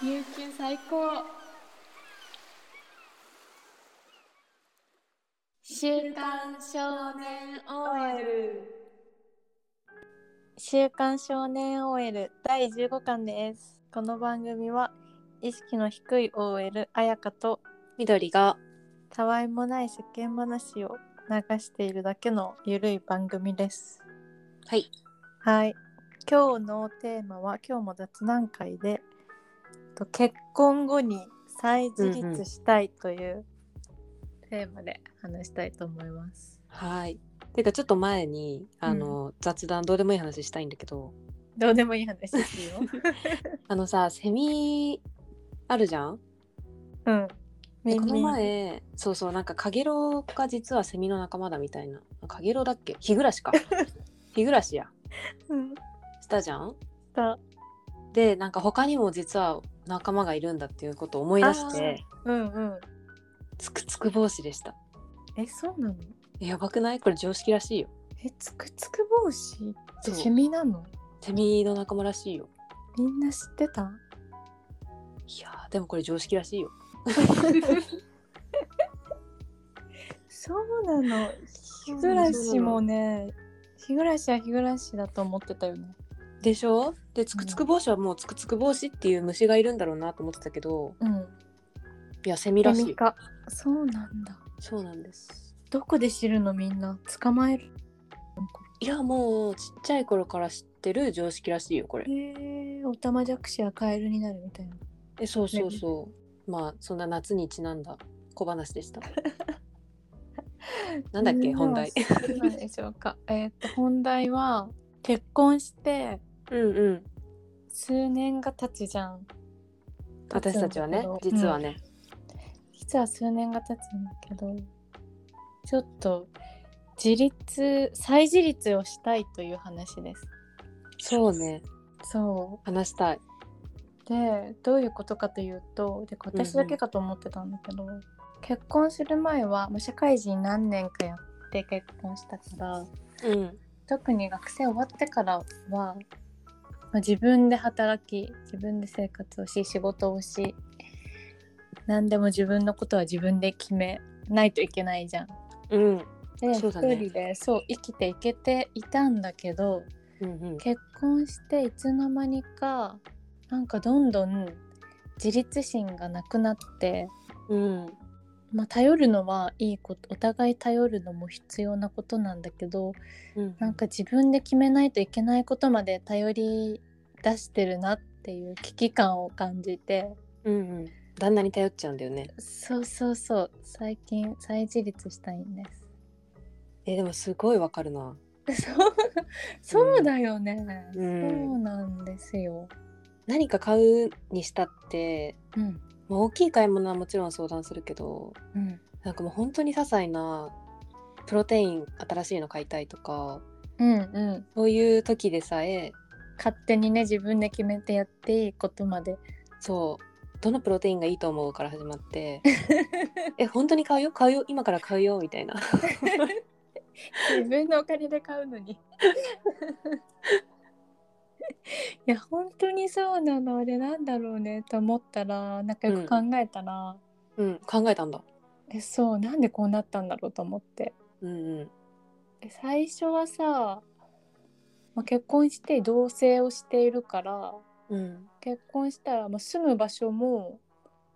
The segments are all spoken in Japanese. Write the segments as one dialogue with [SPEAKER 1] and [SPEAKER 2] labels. [SPEAKER 1] 琉球最高週刊少年 OL
[SPEAKER 2] 週刊少年 OL 第15巻ですこの番組は意識の低い OL 彩香と
[SPEAKER 3] 緑が
[SPEAKER 2] たわいもない世間話を流しているだけのゆるい番組です
[SPEAKER 3] はい
[SPEAKER 2] はい今日のテーマは今日も雑談会でと結婚後に再自立したいというテーマで話したいと思います、
[SPEAKER 3] はいてかちょっと前にあの、雑談どうでもいい話したいんだけど
[SPEAKER 2] どうでもいい話です よ
[SPEAKER 3] あのさセミあるじゃん
[SPEAKER 2] うん
[SPEAKER 3] でこの前そうそうなんかカゲロウが実はセミの仲間だみたいなカゲロウだっけ日暮らし か日暮らしや
[SPEAKER 2] うん
[SPEAKER 3] したじゃん
[SPEAKER 2] だ
[SPEAKER 3] でなんか他にも実は仲間がいるんだっていうことを思い出して
[SPEAKER 2] うんうん
[SPEAKER 3] つくつく帽子でした
[SPEAKER 2] えそうなの
[SPEAKER 3] えやばくないこれ常識らしいよ
[SPEAKER 2] えつくつく帽子って
[SPEAKER 3] そう
[SPEAKER 2] セミなの
[SPEAKER 3] セミの仲間らしいよ
[SPEAKER 2] みんな知ってた
[SPEAKER 3] いやーでもこれ常識らしいよ
[SPEAKER 2] そうなの日
[SPEAKER 3] 暮
[SPEAKER 2] 暮
[SPEAKER 3] ら
[SPEAKER 2] ら
[SPEAKER 3] し
[SPEAKER 2] し
[SPEAKER 3] も
[SPEAKER 2] もね日暮らしは日暮らしだと思ってたよね
[SPEAKER 3] でしょでつくつく帽子はもうつくつく帽子っていう虫がいるんだろうなと思ってたけど
[SPEAKER 2] うん
[SPEAKER 3] いやセミらしい
[SPEAKER 2] かそうなんだ
[SPEAKER 3] そうなんです
[SPEAKER 2] どこで知るのみんな捕まえる
[SPEAKER 3] いやもうちっちゃい頃から知ってる常識らしいよこれ
[SPEAKER 2] へえおたまじゃくしはカエルになるみたいな
[SPEAKER 3] えそうそうそうまあそんな夏にちなんだ小話でした なんだっけ本題
[SPEAKER 2] 何でしょうかえーっと本題は結婚して
[SPEAKER 3] うんうん
[SPEAKER 2] 数年が経つじゃん
[SPEAKER 3] 私たちはね
[SPEAKER 2] 経つんだけど
[SPEAKER 3] 実はね、
[SPEAKER 2] 実は数年が経つんだけどちょっと自立再自立をしたいという話です
[SPEAKER 3] そうね
[SPEAKER 2] そ
[SPEAKER 3] 話したいう
[SPEAKER 2] でどういうことかというとで私だけかと思ってたんだけど、結婚する前はもう社会人何年かやって結婚したから
[SPEAKER 3] うん
[SPEAKER 2] 特に学生終わってからは、まあ、自分で働き自分で生活をし仕事をし何でも自分のことは自分で決めないといけないじゃん。
[SPEAKER 3] うん
[SPEAKER 2] で、
[SPEAKER 3] そ
[SPEAKER 2] 一
[SPEAKER 3] うだね
[SPEAKER 2] 人でそう生きていけていたんだけど
[SPEAKER 3] うんうん
[SPEAKER 2] 結婚していつの間にかなんかどんどん自立心がなくなって、
[SPEAKER 3] うん
[SPEAKER 2] まあ、頼るのはいいことお互い頼るのも必要なことなんだけど
[SPEAKER 3] うん
[SPEAKER 2] なんか自分で決めないといけないことまで頼り出してるなっていう危機感を感じて
[SPEAKER 3] うんうん旦那に頼っちゃうんだよね
[SPEAKER 2] そうそうそう最近再自立したいんで
[SPEAKER 3] えでもすごいわかるな
[SPEAKER 2] す。 そうそうだよね、
[SPEAKER 3] うん
[SPEAKER 2] そうなんですよ。
[SPEAKER 3] 何か買うにしたって、
[SPEAKER 2] うん
[SPEAKER 3] まあ、大きい買い物はもちろん相談するけど
[SPEAKER 2] うん
[SPEAKER 3] なんかもう本当に些細なプロテイン新しいの買いたいとか
[SPEAKER 2] うんうん、
[SPEAKER 3] そういう時でさえ
[SPEAKER 2] 勝手にね自分で決めてやっていいことまで
[SPEAKER 3] そうどのプロテインがいいと思うから始まって え本当に買うよ買うよ今から買うよみたいな
[SPEAKER 2] 自分のお金で買うのにいや本当にそうなのあれなんだろうねと思ったらなんかよく考えた
[SPEAKER 3] う
[SPEAKER 2] ら、
[SPEAKER 3] ん考えたんだ
[SPEAKER 2] えそうなんでこうなったんだろうと思って
[SPEAKER 3] うんうん
[SPEAKER 2] え最初はさ、まあ、結婚して同棲をしているから
[SPEAKER 3] うん
[SPEAKER 2] 結婚したらもう住む場所も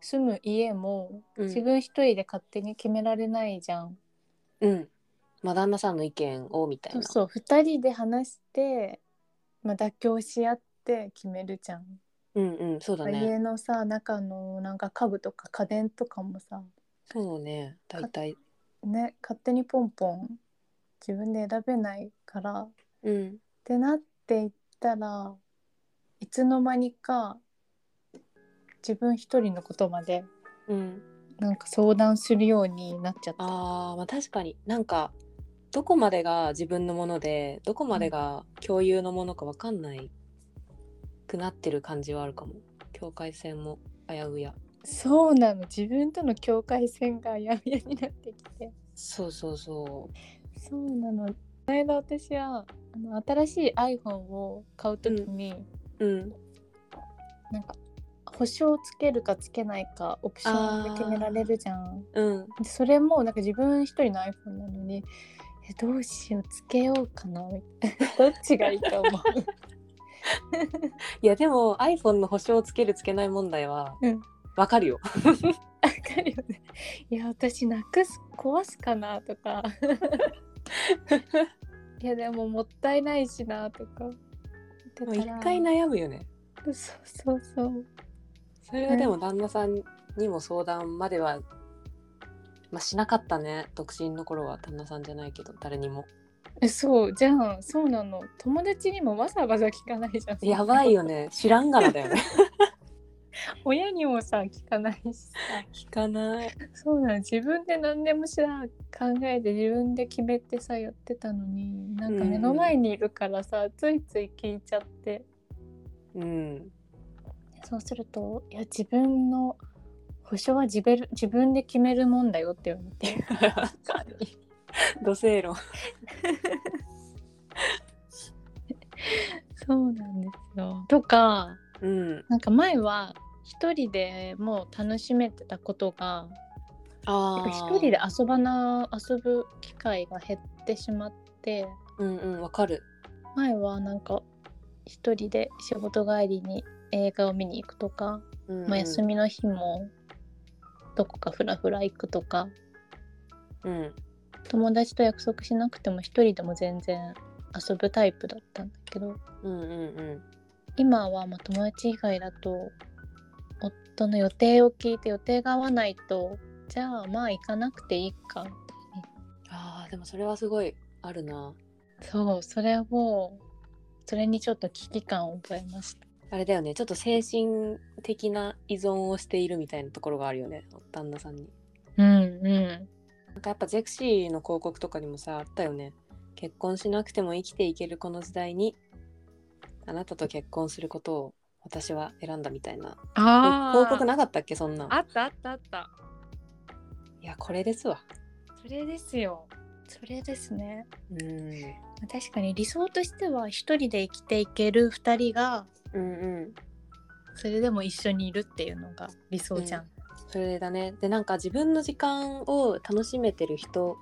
[SPEAKER 2] 住む家も
[SPEAKER 3] うん
[SPEAKER 2] 自分一人で勝手に決められないじゃん、
[SPEAKER 3] うんまあ旦那さんの意見をみたい
[SPEAKER 2] そう
[SPEAKER 3] な
[SPEAKER 2] そう2人で話して、まあ、妥協し合って決めるじゃん、
[SPEAKER 3] うんうんそうだね
[SPEAKER 2] 家のさ中のなんか家具とか家電とかもさ
[SPEAKER 3] そうね大体
[SPEAKER 2] ね勝手にポンポン自分で選べないからっ
[SPEAKER 3] うん
[SPEAKER 2] てなっていったらいつの間にか自分一人のことまで
[SPEAKER 3] うん
[SPEAKER 2] なんか相談するようになっちゃった。
[SPEAKER 3] あー、まあ確かになんかどこまでが自分のものでどこまでが共有のものかわかんないくなってる感じはあるかも境界線も危うや
[SPEAKER 2] そうなの自分との境界線がやみやになってきて
[SPEAKER 3] そうそうそ
[SPEAKER 2] そうなの。この間私はあの新しい iPhone を買うときに、
[SPEAKER 3] ううん
[SPEAKER 2] なんか星をつけるかつけないかオプションで決められるじゃん
[SPEAKER 3] うん
[SPEAKER 2] でそれもなんか自分一人の iPhone なのにえどうしようつけようかな みたいなどっちがいいと思う
[SPEAKER 3] いやでも iPhone の保証をつけるつけない問題は
[SPEAKER 2] うん
[SPEAKER 3] わかるよ
[SPEAKER 2] わかるよねいや私なくす壊すかなと かいやでももったいないしなとかだ
[SPEAKER 3] も
[SPEAKER 2] か
[SPEAKER 3] う
[SPEAKER 2] ら
[SPEAKER 3] 一回悩むよね
[SPEAKER 2] そうそうそう
[SPEAKER 3] それはでも旦那さんにも相談までは、まあ、しなかったね独身の頃は旦那さんじゃないけど誰にも
[SPEAKER 2] えそうじゃんそうなの友達にもわざわざ聞かないじゃん
[SPEAKER 3] やばいよ ね知らんがらだよね
[SPEAKER 2] 親にもさ聞かないしさ
[SPEAKER 3] 聞かない
[SPEAKER 2] そうなの自分で何でも知らん考えて自分で決めてさやってたのになんか
[SPEAKER 3] うん
[SPEAKER 2] 目の前にいるからさ、ついつい聞いちゃって
[SPEAKER 3] うん
[SPEAKER 2] そうすると「いや自分の保証は自分自分で決めるもんだよ」って言われて
[SPEAKER 3] 土星論
[SPEAKER 2] そうなんですよ。とか
[SPEAKER 3] うん
[SPEAKER 2] なんか前は一人でもう楽しめてたことが
[SPEAKER 3] あ
[SPEAKER 2] なん
[SPEAKER 3] あ
[SPEAKER 2] か一人で遊ばな遊ぶ機会が減ってしまって。
[SPEAKER 3] うんうんわかる
[SPEAKER 2] 前はなんか一人で仕事帰りに映画を見に行くとか、
[SPEAKER 3] うんうん
[SPEAKER 2] まあ、休みの日もどこかフラフラ行くとか
[SPEAKER 3] うん
[SPEAKER 2] 友達と約束しなくても一人でも全然遊ぶタイプだったんだけど
[SPEAKER 3] うんうん
[SPEAKER 2] 今はまあ友達以外だと夫の予定を聞いて予定が合わないとじゃあまあ行かなくていいかみたいに
[SPEAKER 3] ああでもそれはすごいあるな
[SPEAKER 2] そうそれをそれにちょっと危機感を覚えました。
[SPEAKER 3] あれだよねちょっと精神的な依存をしているみたいなところがあるよね旦那さんに
[SPEAKER 2] うんう、
[SPEAKER 3] なんかやっぱゼクシーの広告とかにもさあったよね結婚しなくても生きていけるこの時代にあなたと結婚することを私は選んだみたいなん
[SPEAKER 2] あ
[SPEAKER 3] 広告なかったっけそんなん
[SPEAKER 2] あったあったあった。
[SPEAKER 3] いやこれですわ
[SPEAKER 2] それですよ。それですね。
[SPEAKER 3] うん
[SPEAKER 2] 確かに理想としては一人で生きていける二人が
[SPEAKER 3] うんうん
[SPEAKER 2] それでも一緒にいるっていうのが理想じゃん。
[SPEAKER 3] それだねでなんか自分の時間を楽しめてる人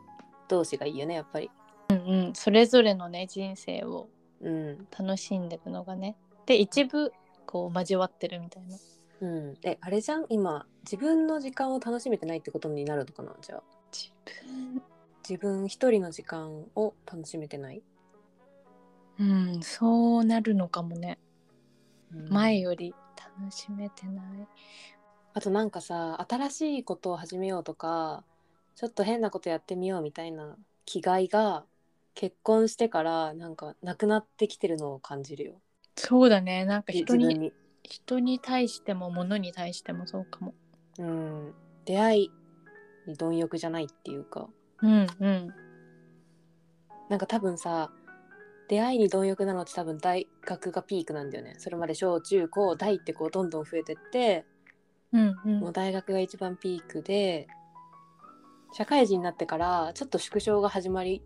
[SPEAKER 3] 同士がいいよねやっぱり
[SPEAKER 2] うん、うん、それぞれのね人生を
[SPEAKER 3] うん
[SPEAKER 2] 楽しんでるのがね。で一部こう交わってるみたいな。
[SPEAKER 3] うんえあれじゃん今自分の時間を楽しめてないってことになるのかなじゃあ
[SPEAKER 2] 自分
[SPEAKER 3] 自分一人の時間を楽しめてない、
[SPEAKER 2] うんそうなるのかもね。
[SPEAKER 3] うん
[SPEAKER 2] 前より楽しめてない。
[SPEAKER 3] あとなんかさ新しいことを始めようとかちょっと変なことやってみようみたいな気概が結婚してからなんかなくなってきてるのを感じるよ
[SPEAKER 2] そうだねなんか
[SPEAKER 3] 自
[SPEAKER 2] 人
[SPEAKER 3] 分
[SPEAKER 2] に
[SPEAKER 3] に。
[SPEAKER 2] 人に対しても物に対してもそうかも。
[SPEAKER 3] うん、出会いに貪欲じゃないっていうか
[SPEAKER 2] うんうん。
[SPEAKER 3] なんか多分さ出会いに貪欲なのって多分大学がピークなんだよねそれまで小中高大ってこうどんどん増えてって
[SPEAKER 2] うんう、
[SPEAKER 3] もうん大学が一番ピークで社会人になってからちょっと縮小が始まり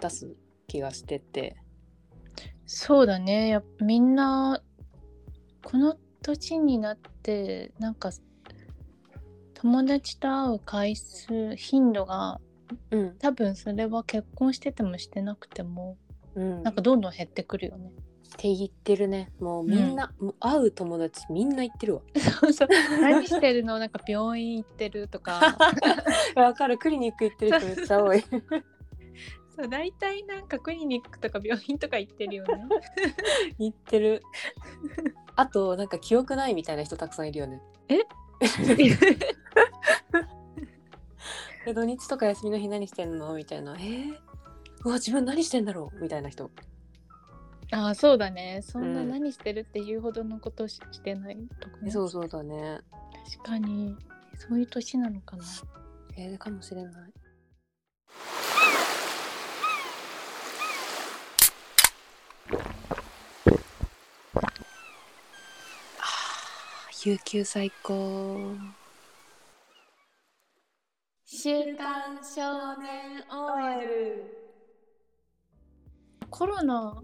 [SPEAKER 3] 出す気がしてて
[SPEAKER 2] そうだねやっぱみんなこの年になってなんか友達と会う回数頻度が
[SPEAKER 3] うん、
[SPEAKER 2] 多分それは結婚しててもしてなくても
[SPEAKER 3] うん、
[SPEAKER 2] なんかどんどん減ってくるよね。
[SPEAKER 3] って言ってるねもうみんな、もう会う友達みんな言ってるわ
[SPEAKER 2] そうそう何してるのなんか病院行ってるとか
[SPEAKER 3] わかるクリニック行ってる人めっちゃ多い
[SPEAKER 2] そう大体なんかクリニックとか病院とか行ってるよ ね。
[SPEAKER 3] 言ってるあとなんか記憶ないみたいな人たくさんいるよねで土日とか休みの日何してんのみたいなえー、うわ自分何してんだろうみたいな人
[SPEAKER 2] ああそうだねそんな
[SPEAKER 3] うん
[SPEAKER 2] 何してるっていうほどのことししてないとか、ね、
[SPEAKER 3] そうそうだね
[SPEAKER 2] 確かにそういう年なのかな。
[SPEAKER 3] えー、かもしれないあー有給最高
[SPEAKER 1] 週刊少年 OL
[SPEAKER 2] コロナ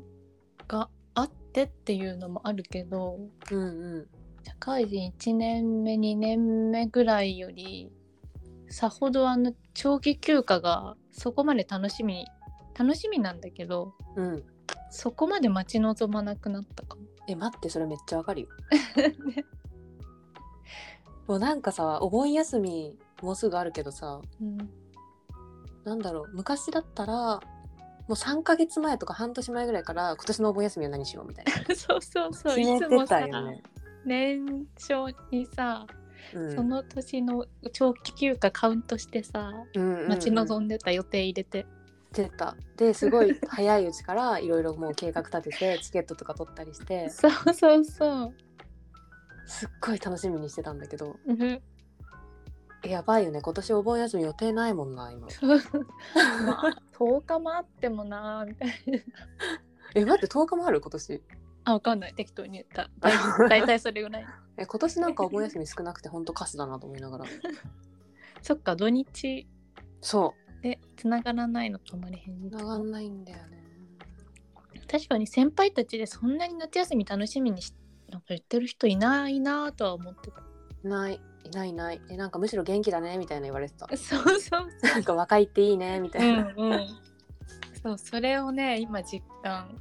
[SPEAKER 2] があってっていうのもあるけど
[SPEAKER 3] うんうん
[SPEAKER 2] 社会人1年目2年目ぐらいよりさほどあの長期休暇がそこまで楽しみ楽しみなんだけど
[SPEAKER 3] うん。
[SPEAKER 2] そこまで待ち望まなくなったかも。
[SPEAKER 3] え、待って、それめっちゃわか るよ。もうなんかさ、お盆休みもうすぐあるけどさ、
[SPEAKER 2] うん
[SPEAKER 3] なんだろう、昔だったら、もう3ヶ月前とか半年前ぐらいから、今年のお盆休みは何しようみたいな。
[SPEAKER 2] そうそう そう
[SPEAKER 3] 決 め
[SPEAKER 2] いつも
[SPEAKER 3] て
[SPEAKER 2] さ、
[SPEAKER 3] たよね。
[SPEAKER 2] 年初にさ、
[SPEAKER 3] うん
[SPEAKER 2] その年の長期休暇カウントしてさ
[SPEAKER 3] うんうん
[SPEAKER 2] 待ち望んでた予定入れて、
[SPEAKER 3] ってたですごい早いうちからいろいろもう計画立ててチケットとか取ったりして
[SPEAKER 2] そうそうそう、
[SPEAKER 3] すっごい楽しみにしてたんだけど
[SPEAKER 2] うん、
[SPEAKER 3] えやばいよね今年お盆休み予定ないもんな今
[SPEAKER 2] そうまあ10日もあってもなみたいな
[SPEAKER 3] え待って10日もある今年
[SPEAKER 2] あわかんない適当に言 った大大体それぐらい
[SPEAKER 3] え今年なんかお盆休み少なくてほんとカスだなと思いながら
[SPEAKER 2] そっか土日
[SPEAKER 3] そ
[SPEAKER 2] で繋がらないの止まれへん
[SPEAKER 3] う上がんないんだよね
[SPEAKER 2] 確かに先輩たちでそんなに夏休み楽しみにしなんか言ってる人いないなとは思ってた
[SPEAKER 3] ないいないいないえなんかむしろ元気だねみたいな言われてた
[SPEAKER 2] そうそう
[SPEAKER 3] なんか若いっていいねみたいな、
[SPEAKER 2] うんうんそうそれをね今実感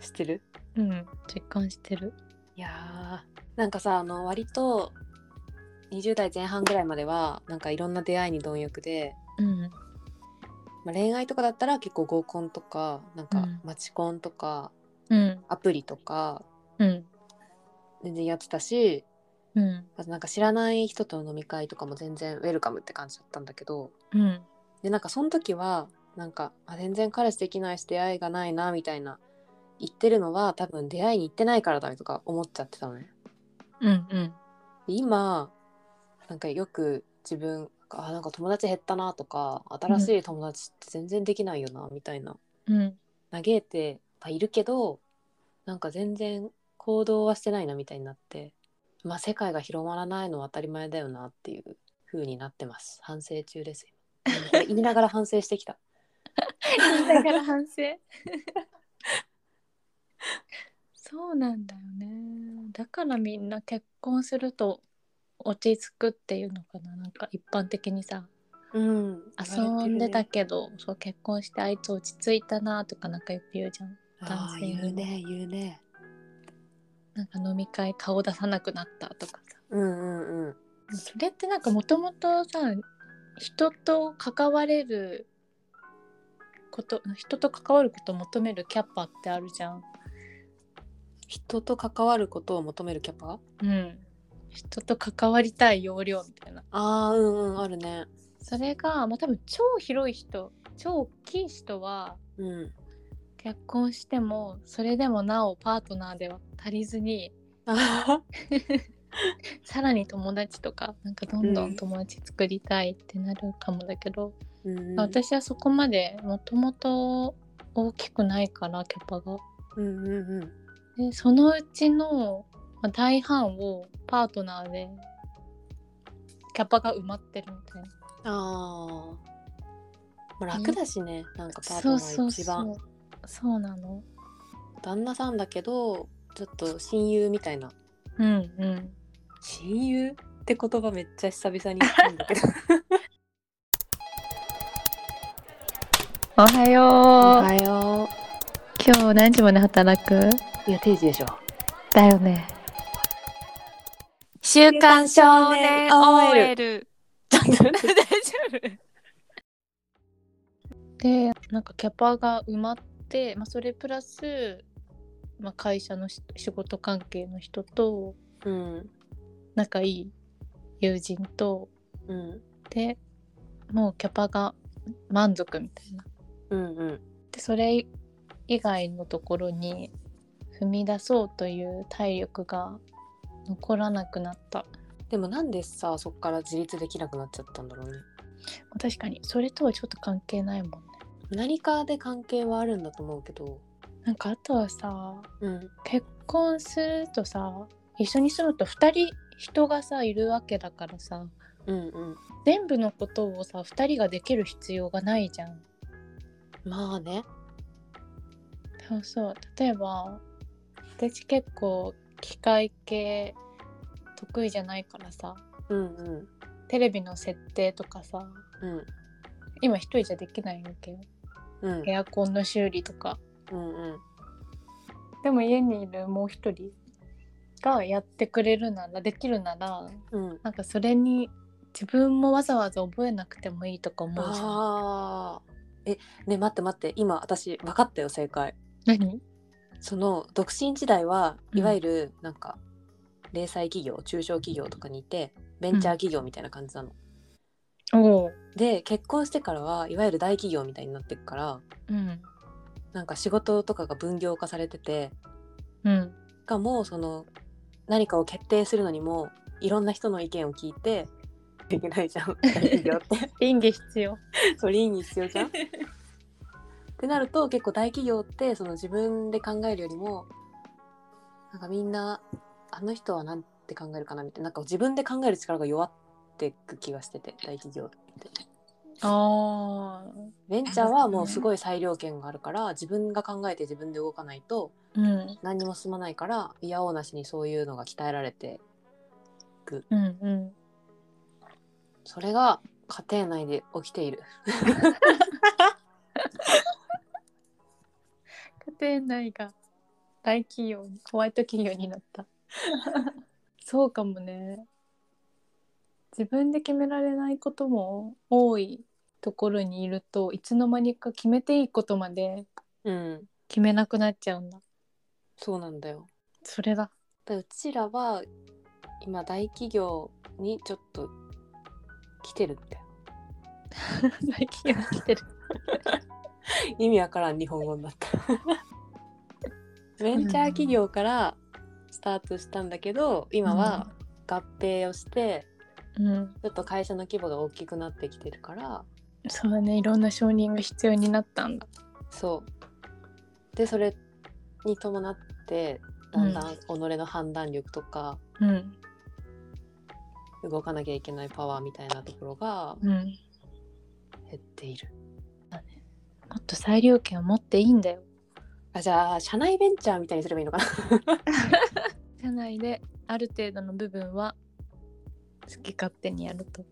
[SPEAKER 3] 知ってる
[SPEAKER 2] うん実感してる
[SPEAKER 3] いやーなんかさあの割と20代前半ぐらいまではなんかいろんな出会いに貪欲で
[SPEAKER 2] うん
[SPEAKER 3] まあ、恋愛とかだったら結構合コンとかなん
[SPEAKER 2] う
[SPEAKER 3] か
[SPEAKER 2] ん
[SPEAKER 3] マチコンとか、
[SPEAKER 2] うん
[SPEAKER 3] アプリとか
[SPEAKER 2] うん
[SPEAKER 3] 全然やってたし
[SPEAKER 2] うん
[SPEAKER 3] あとなんか知らない人との飲み会とかも全然ウェルカムって感じだったんだけど
[SPEAKER 2] うん
[SPEAKER 3] でなんかその時はなんかあ全然彼氏できないし出会いがないなみたいな言ってるのは多分出会いに行ってないからだとか思っちゃってたのね。
[SPEAKER 2] うんうん
[SPEAKER 3] で今なんかよく自分あなんか友達減ったなとか新しい友達って全然できないよなみたいな
[SPEAKER 2] うん
[SPEAKER 3] 嘆いてはいるけどなんか全然行動はしてないなみたいになってまあ世界が広まらないのは当たり前だよなっていう風になってます反省中ですよこれ言いながら反省してきた
[SPEAKER 2] だから反省そうなんだよねだからみんな結婚すると落ち着くっていうのかななんか一般的にさ
[SPEAKER 3] うん
[SPEAKER 2] 遊んでた
[SPEAKER 3] け
[SPEAKER 2] けど、そう結婚してあいつ落ち着いたなとかなんかよく言うじゃん男性
[SPEAKER 3] 言うね言うね
[SPEAKER 2] なんか飲み会顔出さなくなったとかさ
[SPEAKER 3] うんうんうん
[SPEAKER 2] それってなんかもともとさ人と関われること人と関わることを求めるキャパってあるじゃん。
[SPEAKER 3] 人と関わることを求めるキャパ
[SPEAKER 2] うん、人と関わりたい要領みたいな
[SPEAKER 3] あーうんうんあるね
[SPEAKER 2] それが、まあ、多分超広い人超大きい人は
[SPEAKER 3] うん
[SPEAKER 2] 結婚してもそれでもなおパートナーでは足りずに
[SPEAKER 3] あ
[SPEAKER 2] さらに友達とかなんかどんど
[SPEAKER 3] うん
[SPEAKER 2] ん友達作りたいってなるかもだけど、
[SPEAKER 3] ーうんうん
[SPEAKER 2] 私はそこまでもともと大きくないからキャパが。
[SPEAKER 3] うんうんうん
[SPEAKER 2] でそのうちのまあ大半をパートナーでキャパが埋まってるみたいな。
[SPEAKER 3] あーまあ楽だしねなんかパート
[SPEAKER 2] そ
[SPEAKER 3] ナ
[SPEAKER 2] うそ
[SPEAKER 3] ー
[SPEAKER 2] う
[SPEAKER 3] 一番
[SPEAKER 2] そう。そうなの。
[SPEAKER 3] 旦那さんだけどちょっと親友みたいな
[SPEAKER 2] うんうん。
[SPEAKER 3] 親友って言葉めっちゃ久々に言ったん だけど
[SPEAKER 2] おはよう。
[SPEAKER 3] よ
[SPEAKER 2] 今日何時まで働く
[SPEAKER 3] ういや定時でしょ
[SPEAKER 2] だよね。
[SPEAKER 1] 週刊少年 OL。
[SPEAKER 2] 大丈夫 でなんかキャパが埋まって、まあ、それプラス、まあ、会社のし仕事関係の人と
[SPEAKER 3] うん
[SPEAKER 2] 仲いい友人と
[SPEAKER 3] うん
[SPEAKER 2] でもうキャパが満足みたいな。
[SPEAKER 3] うんうん
[SPEAKER 2] でそれ以外のところに踏み出そうという体力が残らなくなった。
[SPEAKER 3] でもなんでさそっから自立できなくなっちゃったんだろうね
[SPEAKER 2] 確かにそれとはちょっと関係ないもんね。
[SPEAKER 3] 何かで関係はあるんだと思うけど
[SPEAKER 2] なんかあとはさ
[SPEAKER 3] うん
[SPEAKER 2] 結婚するとさ一緒に住むと2人人がさいるわけだからさ
[SPEAKER 3] うんうん
[SPEAKER 2] 全部のことをさ2人ができる必要がないじゃん。
[SPEAKER 3] まあね
[SPEAKER 2] そうそう例えば私結構機械系得意じゃないからさ
[SPEAKER 3] うんうん
[SPEAKER 2] テレビの設定とかさ
[SPEAKER 3] うん
[SPEAKER 2] 今一人じゃできないわけよ
[SPEAKER 3] うん
[SPEAKER 2] エアコンの修理とか
[SPEAKER 3] うんうん
[SPEAKER 2] でも家にいるもう一人がやってくれるならできるなら
[SPEAKER 3] うん
[SPEAKER 2] なんかそれに自分もわざわざ覚えなくてもいいとか思うじゃん
[SPEAKER 3] あーえね待って待って今私分かったよ正解
[SPEAKER 2] 何
[SPEAKER 3] その独身時代は
[SPEAKER 2] うん
[SPEAKER 3] いわゆるなんか、零細企業中小企業とかにいてベンチャー企業みたいな感じなの、
[SPEAKER 2] おう
[SPEAKER 3] で結婚してからはいわゆる大企業みたいになってくから
[SPEAKER 2] うん
[SPEAKER 3] なんか仕事とかが分業化されてて
[SPEAKER 2] うん
[SPEAKER 3] しかもその何かを決定するのにもいろんな人の意見を聞い てできないじゃん 大企業って
[SPEAKER 2] 演技必要
[SPEAKER 3] それいいに必要 じゃん。ってなると結構大企業ってその自分で考えるよりもなんかみんなあの人はなんて考えるかなみたいななんか自分で考える力が弱ってく気がしてて大企業って。
[SPEAKER 2] ああ
[SPEAKER 3] ベンチャーはもうすごい裁量権があるから自分が考えて自分で動かないと
[SPEAKER 2] うん
[SPEAKER 3] 何にも進まないからいやおうなしにそういうのが鍛えられて
[SPEAKER 2] うんうん
[SPEAKER 3] それが家庭内で起きている。
[SPEAKER 2] 家庭内が大企業にホワイト企業になった そうかもね自分で決められないことも多いところにいるといつの間にか決めていいことまで
[SPEAKER 3] うん、
[SPEAKER 2] 決めなくなっちゃうんだ
[SPEAKER 3] そうなんだよ
[SPEAKER 2] それだ
[SPEAKER 3] だからうちらは今大企業にちょっと来てるって
[SPEAKER 2] 大企業に来てる
[SPEAKER 3] 意味わからん日本語になったベンチャー企業からスタートしたんだけど今は合併をして
[SPEAKER 2] うん
[SPEAKER 3] ちょっと会社の規模が大きくなってきてるから
[SPEAKER 2] そうだねいろんな承認が必要になったんだ
[SPEAKER 3] そうでそれに伴ってだんだん己の判断力とか、
[SPEAKER 2] うん
[SPEAKER 3] 動かなきゃいけないパワーみたいなところが
[SPEAKER 2] うん
[SPEAKER 3] 減っている
[SPEAKER 2] もっと裁量権を持っていいんだよ
[SPEAKER 3] あじゃあ社内ベンチャーみたいにすればいいのかな
[SPEAKER 2] 社内である程度の部分は好き勝手にやると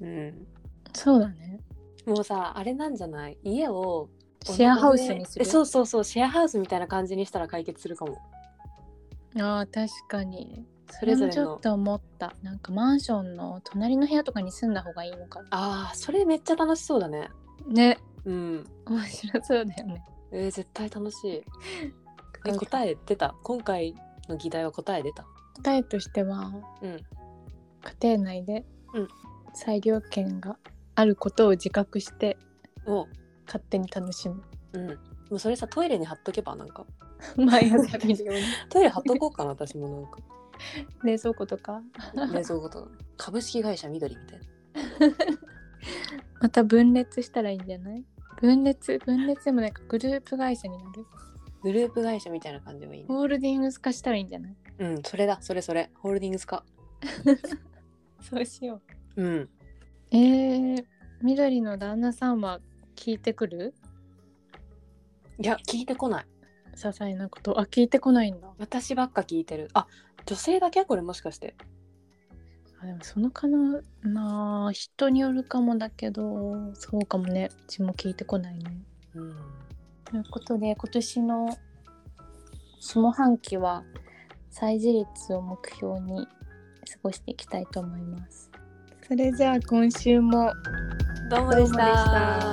[SPEAKER 3] うん、
[SPEAKER 2] そうだね
[SPEAKER 3] もうさあれなんじゃない家を
[SPEAKER 2] シェアハウスにする
[SPEAKER 3] えそうそうそうシェアハウスみたいな感じにしたら解決するかも
[SPEAKER 2] あー確かに
[SPEAKER 3] それぞ
[SPEAKER 2] も
[SPEAKER 3] れ
[SPEAKER 2] ちょっ
[SPEAKER 3] の
[SPEAKER 2] と思ったなんかマンションの隣の部屋とかに住んだ方がいいのかな
[SPEAKER 3] あーそれめっちゃ楽しそうだね
[SPEAKER 2] ね
[SPEAKER 3] うん
[SPEAKER 2] 面白そうだよね
[SPEAKER 3] えー絶対楽しいえ答え出た今回の議題は答え出た
[SPEAKER 2] 答えとしては
[SPEAKER 3] うん
[SPEAKER 2] 家庭内で
[SPEAKER 3] うん
[SPEAKER 2] 裁量権があることを自覚して
[SPEAKER 3] も
[SPEAKER 2] 勝手に楽しむ
[SPEAKER 3] う,、うん、もうそれさトイレに貼っとけばなんか
[SPEAKER 2] 毎朝見るように
[SPEAKER 3] トイレ貼っとこう かな私もなんか
[SPEAKER 2] 冷蔵庫とか
[SPEAKER 3] 冷蔵庫と株式会社緑みたいな
[SPEAKER 2] また分裂したらいいんじゃない分裂分裂でもなんかグループ会社になる
[SPEAKER 3] グループ会社みたいな感じもいいね
[SPEAKER 2] ホールディングス化したらいいんじゃない
[SPEAKER 3] うんそれだそれそれホールディングスか
[SPEAKER 2] そうしよう
[SPEAKER 3] うん
[SPEAKER 2] えー、緑の旦那さんは聞いてくる
[SPEAKER 3] いや聞いてこない
[SPEAKER 2] 些細なことあ聞いてこないんだ
[SPEAKER 3] 私ばっか聞いてるあ女性だけこれもしかして
[SPEAKER 2] あでもその可能な人によるかもだけどそうかもねうちも聞いてこないね
[SPEAKER 3] うん
[SPEAKER 2] ということで今年の下半期は歳児率を目標に過ごしていきたいと思いますそれじゃあ今週も
[SPEAKER 3] どうも
[SPEAKER 2] どうもで
[SPEAKER 3] で
[SPEAKER 2] し
[SPEAKER 3] したた